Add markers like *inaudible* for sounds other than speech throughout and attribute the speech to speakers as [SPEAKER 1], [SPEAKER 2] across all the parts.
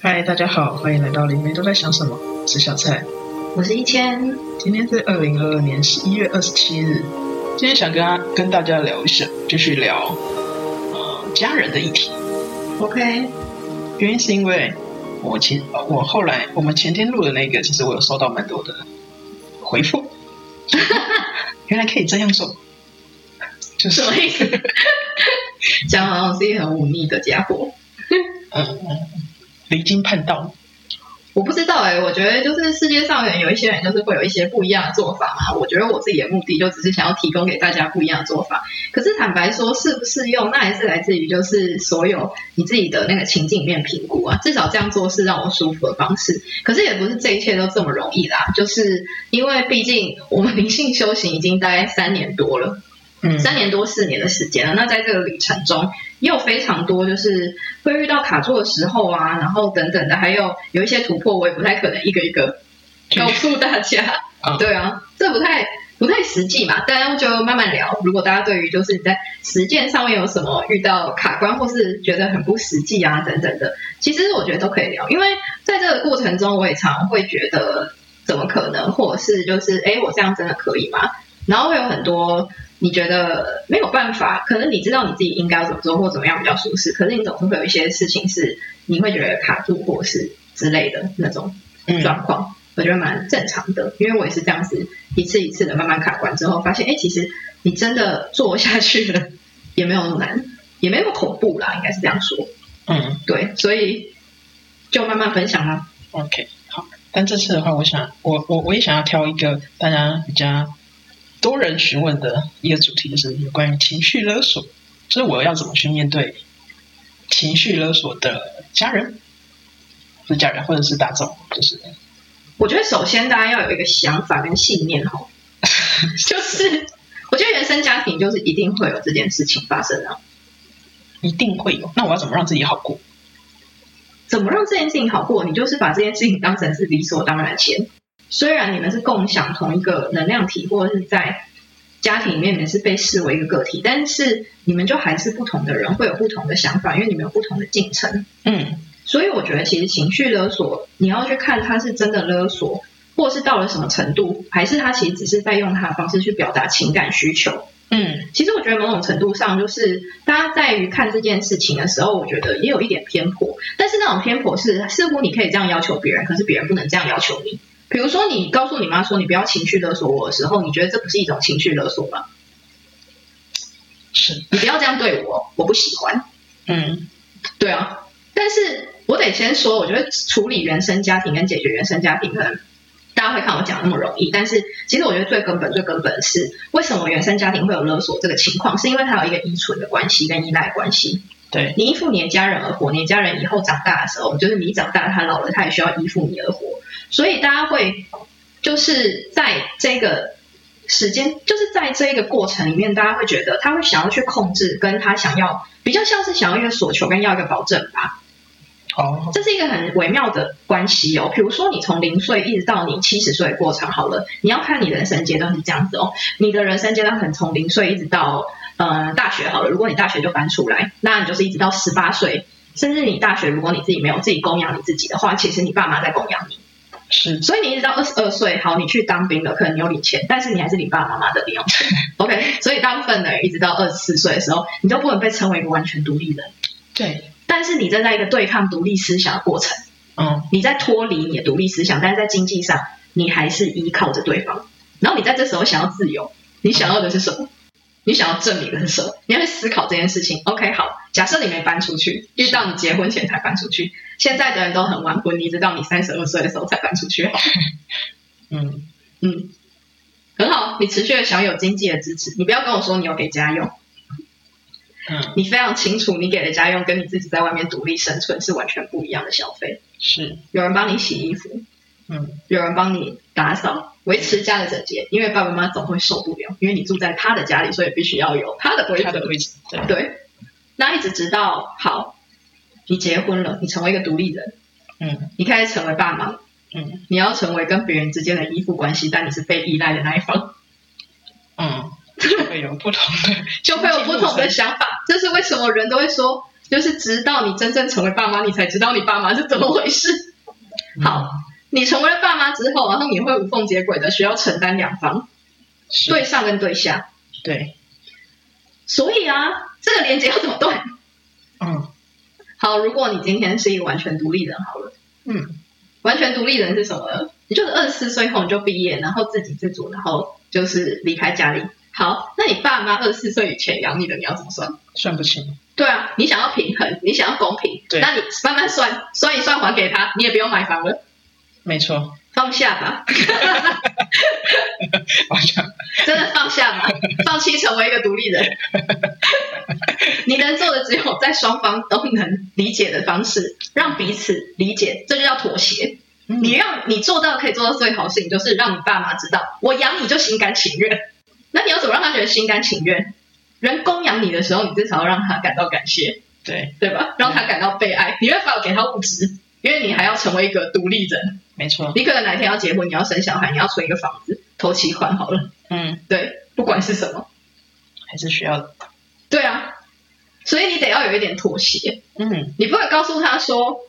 [SPEAKER 1] 嗨，大家好，欢迎来到《灵媒都在想什么》，我是小蔡。
[SPEAKER 2] 我是一千，
[SPEAKER 1] 今天是二零二二年十一月二十七日，今天想跟大跟大家聊一下，就是聊呃家人的议题。
[SPEAKER 2] OK，
[SPEAKER 1] 原因是因为我前呃我后来我们前天录的那个，其实我有收到蛮多的回复，
[SPEAKER 2] *laughs*
[SPEAKER 1] 原来可以这样做，就是
[SPEAKER 2] 什么意思？ *laughs* 讲好像我是一个很忤逆的家伙。
[SPEAKER 1] 呃离经叛道，
[SPEAKER 2] 我不知道哎、我觉得就是世界上可能有一些人就是会有一些不一样的做法嘛。我觉得我自己的目的就只是想要提供给大家不一样的做法。可是坦白说，适不适用，那还是来自于就是所有你自己的那个情境里面评估啊。至少这样做是让我舒服的方式。可是也不是这一切都这么容易啦，就是因为毕竟我们灵性修行已经大概三年多了。
[SPEAKER 1] 嗯
[SPEAKER 2] 三年多四年的时间了。那在这个旅程中，也有非常多就是会遇到卡住的时候啊，然后等等的，还有有一些突破，我也不太可能一个一个
[SPEAKER 1] 去
[SPEAKER 2] 告诉大家
[SPEAKER 1] 啊。
[SPEAKER 2] *laughs* 对啊，这不太不太实际嘛，大家就慢慢聊。如果大家对于就是你在实践上面有什么遇到卡关，或是觉得很不实际啊等等的，其实我觉得都可以聊，因为在这个过程中，我也常会觉得怎么可能，或者是就是哎，诶我这样真的可以吗？然后会有很多你觉得没有办法，可能你知道你自己应该要怎么做或怎么样比较舒适，可是你总是会有一些事情是你会觉得卡住或是之类的那种
[SPEAKER 1] 嗯
[SPEAKER 2] 状况，我觉得蛮正常的，因为我也是这样子一次一次的慢慢卡关之后，发现哎，诶其实你真的做下去了，也没有那么难，也没那么恐怖啦，应该是这样说。
[SPEAKER 1] 嗯。
[SPEAKER 2] 对，所以就慢慢分享啦。
[SPEAKER 1] OK，好。但这次的话，我想我我我也想要挑一个大家比较多人询问的一个主题，就是有关于情绪勒索，就是我要怎么去面对情绪勒索的家人，是家人或者是大众，就是
[SPEAKER 2] 我觉得首先大家要有一个想法跟信念哦， *laughs* 就是我觉得原生家庭就是一定会有这件事情发生啊。
[SPEAKER 1] 一定会有。那我要怎么让自己好过？
[SPEAKER 2] 怎么让这件事情好过？你就是把这件事情当成是理所当然先。虽然你们是共享同一个能量体，或者是在家庭里面你们是被视为一个个体，但是你们就还是不同的人，会有不同的想法，因为你们有不同的进程。
[SPEAKER 1] 嗯
[SPEAKER 2] 所以我觉得，其实情绪勒索，你要去看他是真的勒索，或是到了什么程度，还是他其实只是在用他的方式去表达情感需求。
[SPEAKER 1] 嗯
[SPEAKER 2] 其实我觉得某种程度上，就是大家在于看这件事情的时候，我觉得也有一点偏颇。但是那种偏颇是，似乎你可以这样要求别人，可是别人不能这样要求你。比如说，你告诉你妈说你不要情绪勒索我的时候，你觉得这不是一种情绪勒索吗？
[SPEAKER 1] 是
[SPEAKER 2] 你不要这样对我，我不喜欢。
[SPEAKER 1] 嗯
[SPEAKER 2] 对啊，但是我得先说，我觉得处理原生家庭跟解决原生家庭，可能大家会看我讲那么容易，但是其实我觉得最根本、最根本的是为什么原生家庭会有勒索这个情况，是因为它有一个依存的关系跟依赖关系。
[SPEAKER 1] 对
[SPEAKER 2] 你依附你的家人而活，你的家人以后长大的时候，就是你长大，他老了，他也需要依附你而活，所以大家会就是在这个时间，就是在这一个过程里面，大家会觉得他会想要去控制，跟他想要比较像是想要一个所求跟要一个保证吧。
[SPEAKER 1] 哦
[SPEAKER 2] 这是一个很微妙的关系哦。比如说，你从零岁一直到你七十岁的过程，好了，你要看你的人生阶段是这样子哦。你的人生阶段可能从零岁一直到呃大学好了，如果你大学就搬出来，那你就是一直到十八岁，甚至你大学如果你自己没有自己供养你自己的话，其实你爸妈在供养你，
[SPEAKER 1] 是
[SPEAKER 2] 所以你一直到二十二岁，好，你去当兵了，可能你有领钱，但是你还是领爸爸妈妈的零用钱。OK，所以大部分的人一直到二十四岁的时候，你都不能被称为一个完全独立人，
[SPEAKER 1] 对
[SPEAKER 2] 但是你正在一个对抗独立思想的过程。
[SPEAKER 1] 嗯
[SPEAKER 2] 你在脱离你的独立思想，但是在经济上你还是依靠着对方。然后你在这时候想要自由，你想要的是什么？你想要证明的是什么？你要去思考这件事情。OK，好，假设你没搬出去，遇到你结婚前才搬出去，现在的人都很晚婚，你直到你三十二岁的时候才搬出去，
[SPEAKER 1] 嗯
[SPEAKER 2] 嗯，很好，你持续的享有经济的支持，你不要跟我说你有给家用，
[SPEAKER 1] 嗯
[SPEAKER 2] 你非常清楚你给的家用跟你自己在外面独立生存是完全不一样的消费。
[SPEAKER 1] 是
[SPEAKER 2] 有人帮你洗衣服，
[SPEAKER 1] 嗯
[SPEAKER 2] 有人帮你打扫，维持家的整洁，因为爸爸妈妈总会受不了，因为你住在他的家里，所以必须要有他的规
[SPEAKER 1] 他的
[SPEAKER 2] 则。
[SPEAKER 1] 位置对
[SPEAKER 2] 对，那一直直到好，你结婚了，你成为一个独立人，
[SPEAKER 1] 嗯
[SPEAKER 2] 你开始成为爸妈，
[SPEAKER 1] 嗯
[SPEAKER 2] 你要成为跟别人之间的依附关系，但你是被依赖的那一方，
[SPEAKER 1] 嗯，就会有不同的
[SPEAKER 2] *laughs* 就会有不同的想法。这是为什么人都会说就是直到你真正成为爸妈，你才知道你爸妈是怎么回事。好，你成为了爸妈之后，然后你会无缝接轨的，需要承担两方，
[SPEAKER 1] 是
[SPEAKER 2] 对上跟对下。
[SPEAKER 1] 对，
[SPEAKER 2] 所以啊，这个连接要怎么断？ *laughs*
[SPEAKER 1] 嗯
[SPEAKER 2] 好，如果你今天是一个完全独立人，好了，
[SPEAKER 1] 嗯
[SPEAKER 2] 完全独立人是什么呢？你就是二十四岁后你就毕业，然后自给自足，然后就是离开家里。好，那你爸妈二十四岁以前养你的，你要怎么算？
[SPEAKER 1] 算不清，
[SPEAKER 2] 对啊，你想要平衡，你想要公平，
[SPEAKER 1] 对
[SPEAKER 2] 那你慢慢算，算一算还给他，你也不用买房了，
[SPEAKER 1] 没错， *laughs*
[SPEAKER 2] 放下吧， *laughs*
[SPEAKER 1] 好像
[SPEAKER 2] 真的放下吧， *laughs* 放弃成为一个独立人。你能做的只有在双方都能理解的方式，让彼此理解，这就叫妥协。
[SPEAKER 1] 嗯
[SPEAKER 2] 你让你做到可以做到最好的事情，就是让你爸妈知道，我养你就心甘情愿。那你要怎么让他觉得心甘情愿？人供养你的时候，你至少要让他感到感谢。
[SPEAKER 1] 对，
[SPEAKER 2] 对吧？让他感到被爱，你没办法给他物质，因为你还要成为一个独立人，
[SPEAKER 1] 没错，
[SPEAKER 2] 你可能哪一天要结婚，你要生小孩，你要存一个房子，投期款好了，
[SPEAKER 1] 嗯，
[SPEAKER 2] 对，不管是什么，
[SPEAKER 1] 还是需要，
[SPEAKER 2] 对啊，所以你得要有一点妥协，
[SPEAKER 1] 嗯，
[SPEAKER 2] 你不能告诉他说，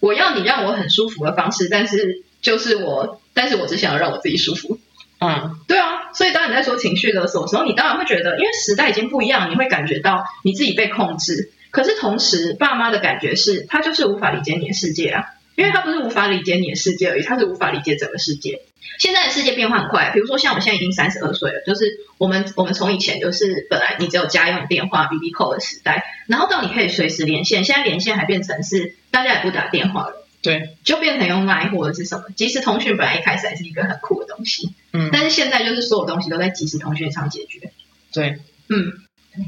[SPEAKER 2] 我要你让我很舒服的方式，但是就是我，但是我只想要让我自己舒服。
[SPEAKER 1] 嗯，
[SPEAKER 2] 对啊，所以当你在说情绪勒索的时候，你当然会觉得，因为时代已经不一样，你会感觉到你自己被控制。可是同时，爸妈的感觉是，他就是无法理解你的世界啊，因为他不是无法理解你的世界而已，他是无法理解整个世界。现在的世界变化很快，比如说像我现在已经三十二岁了，就是我们我们从以前就是本来你只有家用电话、BB 扣的时代，然后到你可以随时连线，现在连线还变成是大家也不打电话了，
[SPEAKER 1] 对，
[SPEAKER 2] 就变成用 Line 或者是什么即时通讯，本来一开始还是一个很酷的东西。
[SPEAKER 1] 嗯，
[SPEAKER 2] 但是现在就是所有东西都在即时通讯上解决。
[SPEAKER 1] 对，
[SPEAKER 2] 嗯，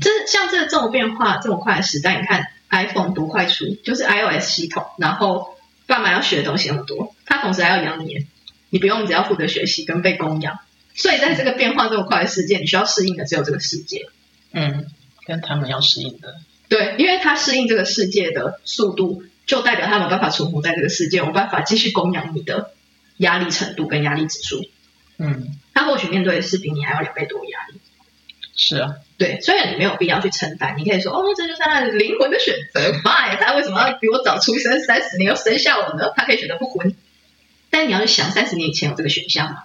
[SPEAKER 2] 这像这这种变化这么快的时代，你看 iPhone 多快出，就是 iOS 系统，然后爸妈要学的东西那么多，他同时还要养你，你不用只要负责学习跟被供养。所以在这个变化这么快的世界，你需要适应的只有这个世界。
[SPEAKER 1] 嗯，跟他们要适应的，
[SPEAKER 2] 对，因为他适应这个世界的速度，就代表他有办法存活在这个世界，有办法继续供养你的压力程度跟压力指数。
[SPEAKER 1] 嗯，
[SPEAKER 2] 他或许面对的是比你还要两倍多的压力。
[SPEAKER 1] 是啊，
[SPEAKER 2] 对，虽然你没有必要去承担，你可以说哦，这就是他的灵魂的选择嘛，他为什么要比我早出生三十年又生下我呢？他可以选择不婚，但你要去想，三十年以前有这个选项吗？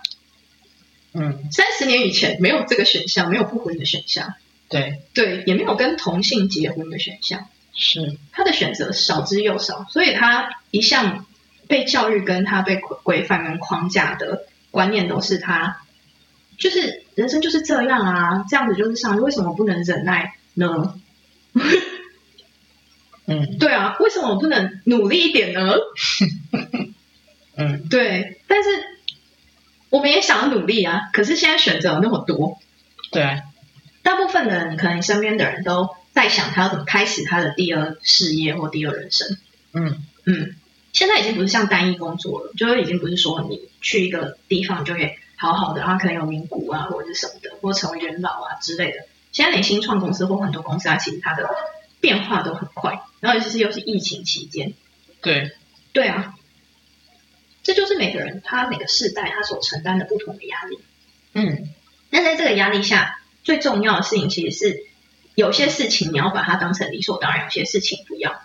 [SPEAKER 1] 嗯，
[SPEAKER 2] 三十年以前没有这个选项，没有不婚的选项，
[SPEAKER 1] 对，
[SPEAKER 2] 对，也没有跟同性结婚的选项，
[SPEAKER 1] 是，
[SPEAKER 2] 他的选择少之又少，所以他一向被教育跟他被规规范跟框架的观念都是他，就是人生就是这样啊，这样子就是上，为什么不能忍耐呢？
[SPEAKER 1] 嗯
[SPEAKER 2] 对啊，为什么我不能努力一点呢？
[SPEAKER 1] 嗯，
[SPEAKER 2] 对，但是我们也想要努力啊。可是现在选择有那么多，
[SPEAKER 1] 对啊，
[SPEAKER 2] 大部分的人，可能身边的人都在想他要怎么开始他的第二事业或第二人生。
[SPEAKER 1] 嗯，
[SPEAKER 2] 嗯，现在已经不是像单一工作了，就是已经不是说你去一个地方就可以好好的，然后可能有名股啊，或者是什么的，或者成为元老啊之类的。现在连新创公司或很多公司，啊它其实它的变化都很快，然后尤其是又是疫情期间，
[SPEAKER 1] 对，
[SPEAKER 2] 对啊，这就是每个人他每个世代他所承担的不同的压力。
[SPEAKER 1] 嗯，
[SPEAKER 2] 那在这个压力下，最重要的事情其实是有些事情你要把它当成理所当然，有些事情不要。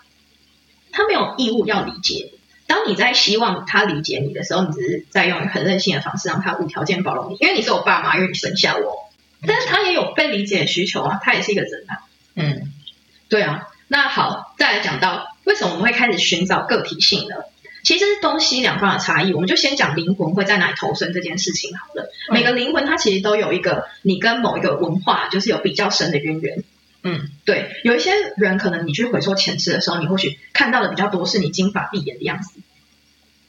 [SPEAKER 2] 他没有义务要理解你。当你在希望他理解你的时候，你只是在用很任性的方式让他无条件包容你，因为你是我爸妈，因为你生下我。但是他也有被理解的需求啊，他也是一个人啊。
[SPEAKER 1] 嗯，
[SPEAKER 2] 对啊，那好，再来讲到为什么我们会开始寻找个体性呢？其实是东西两方的差异，我们就先讲灵魂会在哪里投生这件事情好了。
[SPEAKER 1] 嗯
[SPEAKER 2] 每个灵魂它其实都有一个你跟某一个文化就是有比较深的渊源。
[SPEAKER 1] 嗯，
[SPEAKER 2] 对，有一些人可能你去回溯前世的时候，你或许看到的比较多是你金发碧眼的样子，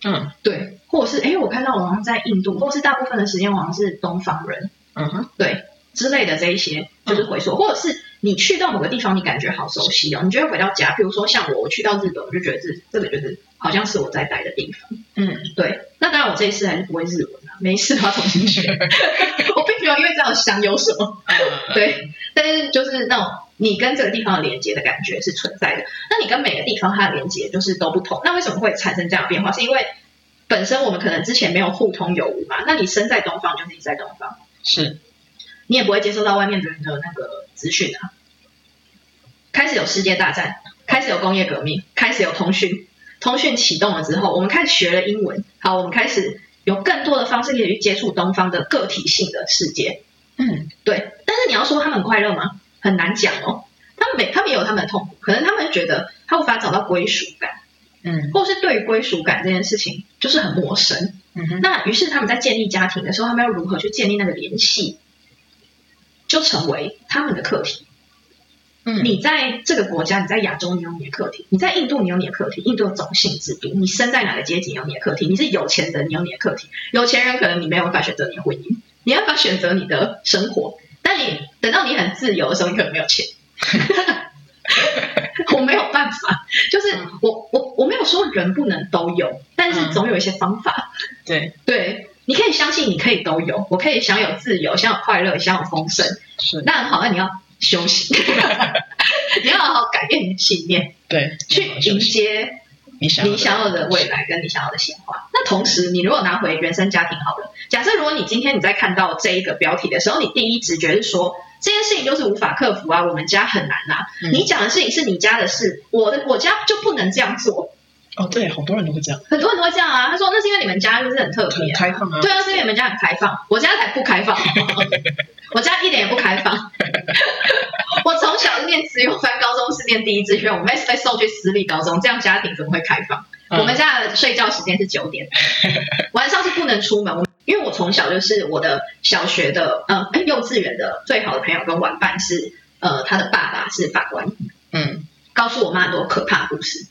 [SPEAKER 1] 嗯，
[SPEAKER 2] 对，或者是诶，我看到我好像在印度，或是大部分的时间我好像是东方人，
[SPEAKER 1] 嗯哼，
[SPEAKER 2] 对之类的这一些，就是回溯，或者是你去到某个地方，你感觉好熟悉哦，你就会回到家。比如说像我，我去到日本，我就觉得这这个就是好像是我在待的地方。
[SPEAKER 1] 嗯，
[SPEAKER 2] 对，那当然我这一次还是不会日文啊，没事我要重新学。我并没有因为这样想有什么，
[SPEAKER 1] 呃，
[SPEAKER 2] 对，但是就是那种你跟这个地方的连接的感觉是存在的。那你跟每个地方它的连接就是都不同，那为什么会产生这样的变化？是因为本身我们可能之前没有互通有无嘛，那你身在东方就是你在东方。
[SPEAKER 1] 是，
[SPEAKER 2] 你也不会接受到外面的人的那个资讯啊。开始有世界大战，开始有工业革命，开始有通讯，通讯启动了之后，我们开始学了英文，好，我们开始有更多的方式可以去接触东方的个体性的世界。
[SPEAKER 1] 嗯，
[SPEAKER 2] 对，但是你要说他们很快乐吗？很难讲哦。他们每他们也有他们的痛苦，可能他们觉得他无法找到归属感，
[SPEAKER 1] 嗯
[SPEAKER 2] 或是对于归属感这件事情就是很陌生。
[SPEAKER 1] 嗯哼，
[SPEAKER 2] 那于是他们在建立家庭的时候，他们要如何去建立那个联系，就成为他们的课题。
[SPEAKER 1] 嗯
[SPEAKER 2] 你在这个国家，你在亚洲，你有你的课题；你在印度，你有你的课题。印度的种姓制度，你生在哪个阶级，你有你的课题。你是有钱人，你有你的课题。有钱人可能你没有办法选择你的婚姻，你没有办法选择你的生活。但你等到你很自由的时候，你可能没有钱。我没有办法，就是
[SPEAKER 1] 嗯
[SPEAKER 2] 我我我没有说人不能都有，但是总有一些方法。
[SPEAKER 1] 嗯对，
[SPEAKER 2] 对，你可以相信你可以都有，我可以享有自由，享有快乐，享有丰盛。
[SPEAKER 1] 是，
[SPEAKER 2] 那好，那你要休息， *laughs* 你要好好改变你的
[SPEAKER 1] *laughs*
[SPEAKER 2] 信念，
[SPEAKER 1] 对，
[SPEAKER 2] 去
[SPEAKER 1] 嗯
[SPEAKER 2] 迎接
[SPEAKER 1] 你想
[SPEAKER 2] 你想要的未来跟你想要的显化。那同时，你如果拿回原生家庭好了，假设如果你今天你在看到这一个标题的时候，你第一直觉是说。这件事情就是无法克服啊，我们家很难啊。
[SPEAKER 1] 嗯
[SPEAKER 2] 你讲的事情是你家的事，我的我家就不能这样做。
[SPEAKER 1] 哦，对，好多人都会这样，
[SPEAKER 2] 很多人都会这样啊，他说那是因为你们家就是很特别、
[SPEAKER 1] 很
[SPEAKER 2] 啊，
[SPEAKER 1] 开放啊，
[SPEAKER 2] *laughs* 对啊，是因为你们家很开放，我家才不开放，好不好我家一点也不开放。我从小是念资优班，高中是念第一志愿，我妹是被送去私立高中，这样家庭怎么会开放？
[SPEAKER 1] 嗯
[SPEAKER 2] 我们家的睡觉时间是九点，晚上是不能出门。我因为我从小就是我的小学的呃，哎，幼稚园的最好的朋友跟玩伴是呃，他的爸爸是法官，
[SPEAKER 1] 嗯
[SPEAKER 2] 告诉我妈很多可怕的故事，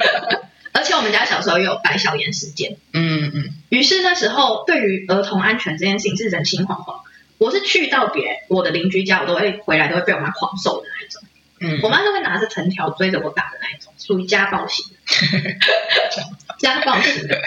[SPEAKER 2] *laughs* 而且我们家小时候也有白小眼事件。
[SPEAKER 1] 嗯嗯
[SPEAKER 2] 于是那时候对于儿童安全这件事情是人心惶惶。我是去到别人我的邻居家，我都会回来都会被我妈狂揍的那一种。
[SPEAKER 1] 嗯，
[SPEAKER 2] 我妈是会拿着藤条追着我打的那一种，属于家暴型的，家暴型的，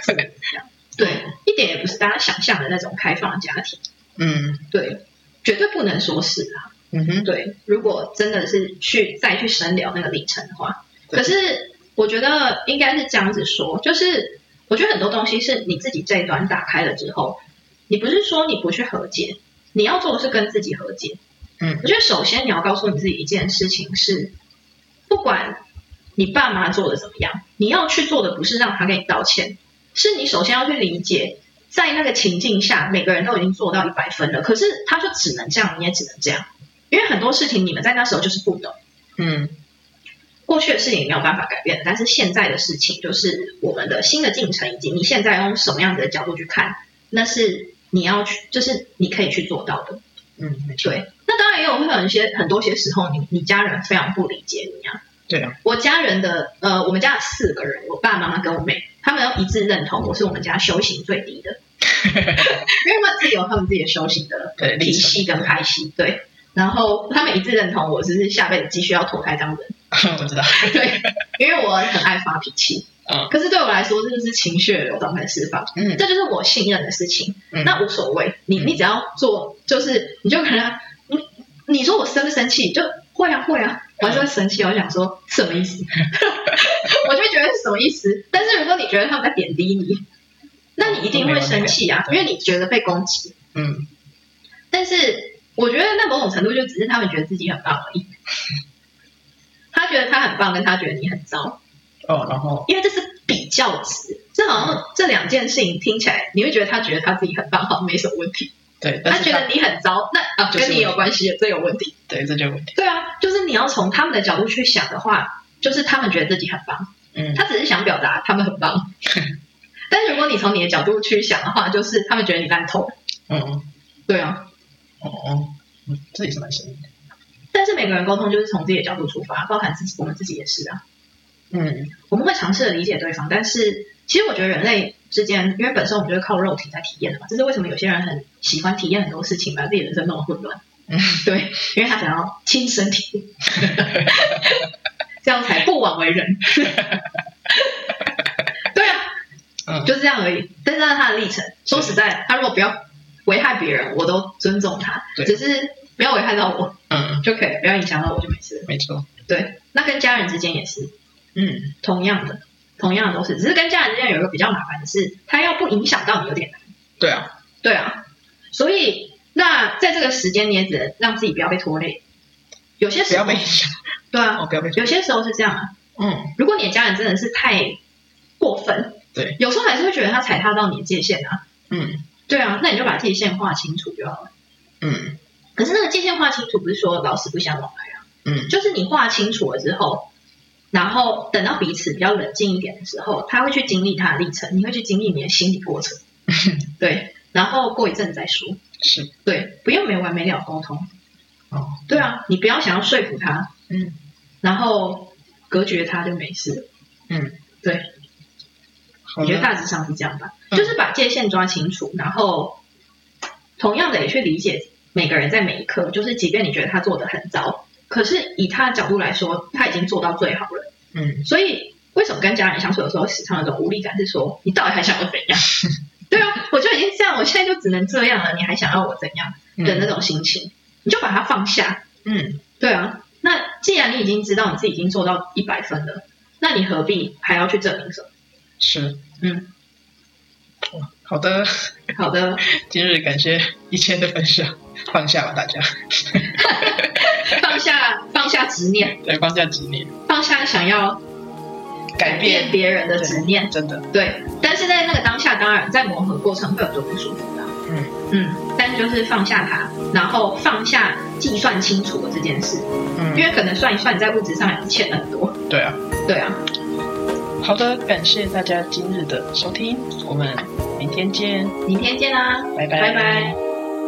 [SPEAKER 2] 对，一点也不是大家想象的那种开放的家庭，
[SPEAKER 1] 嗯
[SPEAKER 2] 对，绝对不能说是啊。
[SPEAKER 1] 嗯哼，
[SPEAKER 2] 对，如果真的是去再去深聊那个历程的话，
[SPEAKER 1] 对
[SPEAKER 2] 可是我觉得应该是这样子说，就是我觉得很多东西是你自己这一端打开了之后，你不是说你不去和解，你要做的是跟自己和解。
[SPEAKER 1] 嗯
[SPEAKER 2] 我觉得首先你要告诉你自己一件事情是，不管你爸妈做的怎么样，你要去做的不是让他给你道歉，是你首先要去理解。在那个情境下，每个人都已经做到一百分了，可是他就只能这样，你也只能这样。因为很多事情你们在那时候就是不懂，
[SPEAKER 1] 嗯
[SPEAKER 2] 过去的事情没有办法改变，但是现在的事情就是我们的新的进程，以及你现在用什么样子的角度去看，那是你要去，就是你可以去做到的。
[SPEAKER 1] 嗯，没错，
[SPEAKER 2] 对，那当然也有会有一些很多些时候你，你家人非常不理解你啊。
[SPEAKER 1] 对啊， *laughs*
[SPEAKER 2] 我家人的呃，我们家有四个人，我爸爸妈妈跟我妹，他们都一致认同我是我们家修行最低的，
[SPEAKER 1] *laughs*
[SPEAKER 2] 因为他们自己有他们自己的修行的
[SPEAKER 1] 对，历
[SPEAKER 2] 体
[SPEAKER 1] 史，
[SPEAKER 2] 系跟派系，对。然后他们一致认同我，就是下辈子继续要投胎当人，
[SPEAKER 1] 我知道，
[SPEAKER 2] *laughs* 对，因为我很爱发脾气。
[SPEAKER 1] 嗯
[SPEAKER 2] 可是对我来说，这就是情绪的流动跟释放，
[SPEAKER 1] 嗯，
[SPEAKER 2] 这就是我信任的事情。
[SPEAKER 1] 嗯
[SPEAKER 2] 那无所谓，你你只要做，就是你就可能你你说我生不生气，就会啊会啊，我还是会生气。我想说什么意思？ *laughs* 我就会觉得是什么意思？但是如果你觉得他们在贬低你，那你一定会生气啊，因为你觉得被攻击。
[SPEAKER 1] 嗯
[SPEAKER 2] 但是我觉得那某种程度就只是他们觉得自己很棒而已。 *laughs* 他觉得他很棒，跟他觉得你很糟，
[SPEAKER 1] 哦，然后
[SPEAKER 2] 因为这是比较值。这好像这两件事情听起来，你会觉得他觉得他自己很棒，好像没什么问题；
[SPEAKER 1] 对，
[SPEAKER 2] 他
[SPEAKER 1] 但是
[SPEAKER 2] 觉得你很糟，那啊、
[SPEAKER 1] 就是
[SPEAKER 2] 跟你有关系，这有问题。
[SPEAKER 1] 对，这就问题，
[SPEAKER 2] 对啊，就是你要从他们的角度去想的话，就是他们觉得自己很棒，
[SPEAKER 1] 嗯
[SPEAKER 2] 他只是想表达他们很棒。但是如果你从你的角度去想的话，就是他们觉得你烂透了。
[SPEAKER 1] 嗯嗯
[SPEAKER 2] 对啊，
[SPEAKER 1] 哦哦，嗯这也是蛮新的，
[SPEAKER 2] 但是每个人沟通就是从自己的角度出发，包含自己，我们自己也是啊。
[SPEAKER 1] 嗯
[SPEAKER 2] 我们会尝试的理解对方，但是其实我觉得人类之间，因为本身我们就是靠肉体在体验的嘛，这是为什么有些人很喜欢体验很多事情，把自己人生弄得混乱。
[SPEAKER 1] *laughs* 嗯
[SPEAKER 2] 对，因为他想要亲身体验，
[SPEAKER 1] *laughs*
[SPEAKER 2] 这样才不枉为人。对啊，
[SPEAKER 1] 嗯，
[SPEAKER 2] 就是这样而已。但是那是他的历程，说实在，他如果不要危害别人，我都尊重他，
[SPEAKER 1] 对
[SPEAKER 2] 只是不要危害到我
[SPEAKER 1] 嗯，
[SPEAKER 2] 就可以了，不要影响到我就没事了。
[SPEAKER 1] 没错，
[SPEAKER 2] 对，那跟家人之间也是
[SPEAKER 1] 嗯
[SPEAKER 2] 同样的，同样的都是，只是跟家人之间有一个比较麻烦的是，他要不影响到你有点难。
[SPEAKER 1] 对啊，
[SPEAKER 2] 对啊，所以那在这个时间你也只能让自己不要被拖累，有些
[SPEAKER 1] 不
[SPEAKER 2] 时
[SPEAKER 1] 要
[SPEAKER 2] 候
[SPEAKER 1] 被影响，
[SPEAKER 2] 对啊，
[SPEAKER 1] 哦，不要被影响，
[SPEAKER 2] 有些时候是这样啊。
[SPEAKER 1] 嗯，
[SPEAKER 2] 如果你的家人真的是太过分，
[SPEAKER 1] 对，
[SPEAKER 2] 有时候还是会觉得他踩踏到你的界限啊。
[SPEAKER 1] 嗯
[SPEAKER 2] 对啊，那你就把界限划清楚就好了。
[SPEAKER 1] 嗯
[SPEAKER 2] 可是那个界限划清楚，不是说老死不相往来啊，
[SPEAKER 1] 嗯
[SPEAKER 2] 就是你划清楚了之后，然后等到彼此比较冷静一点的时候，他会去经历他的历程，你会去经历你的心理过程， *laughs* 对，然后过一阵再说。
[SPEAKER 1] 是
[SPEAKER 2] 对，不用没完没了沟通。
[SPEAKER 1] 哦，
[SPEAKER 2] 对啊，你不要想要说服他，
[SPEAKER 1] 嗯
[SPEAKER 2] 然后隔绝他就没事。
[SPEAKER 1] 嗯，
[SPEAKER 2] 对，
[SPEAKER 1] 好
[SPEAKER 2] 我觉得
[SPEAKER 1] 的，
[SPEAKER 2] 大致上是这样吧，
[SPEAKER 1] 嗯
[SPEAKER 2] 就是把界限抓清楚，然后同样的也去理解每个人在每一刻，就是即便你觉得他做的很糟，可是以他的角度来说，他已经做到最好了。
[SPEAKER 1] 嗯
[SPEAKER 2] 所以为什么跟家人相处的时候时常有种无力感，是说你到底还想我怎
[SPEAKER 1] *laughs*
[SPEAKER 2] 样？对啊，我就已经这样，我现在就只能这样了，你还想要我怎样？的那
[SPEAKER 1] 嗯
[SPEAKER 2] 种心情，你就把它放下。
[SPEAKER 1] 嗯
[SPEAKER 2] 对啊，那既然你已经知道你自己已经做到一百分了，那你何必还要去证明什么？
[SPEAKER 1] 是
[SPEAKER 2] 嗯，
[SPEAKER 1] 好的，
[SPEAKER 2] 好的，
[SPEAKER 1] 今日感谢一千的分享， *laughs* 放下吧大家，
[SPEAKER 2] 放下放下执念，
[SPEAKER 1] 对，放下执念，
[SPEAKER 2] 放下想要
[SPEAKER 1] 改变，
[SPEAKER 2] 别人的执念。
[SPEAKER 1] 真的，
[SPEAKER 2] 对，但是在那个当下，当然在磨合过程会有多不舒服的。
[SPEAKER 1] 嗯
[SPEAKER 2] 嗯，但是就是放下它，然后放下计算清楚的这件事，因
[SPEAKER 1] 嗯，
[SPEAKER 2] 为可能算一算，你在物质上还是欠了很多。
[SPEAKER 1] 对啊。
[SPEAKER 2] 对啊，
[SPEAKER 1] 好的，感谢大家今日的收听，我们明天见，
[SPEAKER 2] 明天见啦，
[SPEAKER 1] 拜拜，
[SPEAKER 2] 拜拜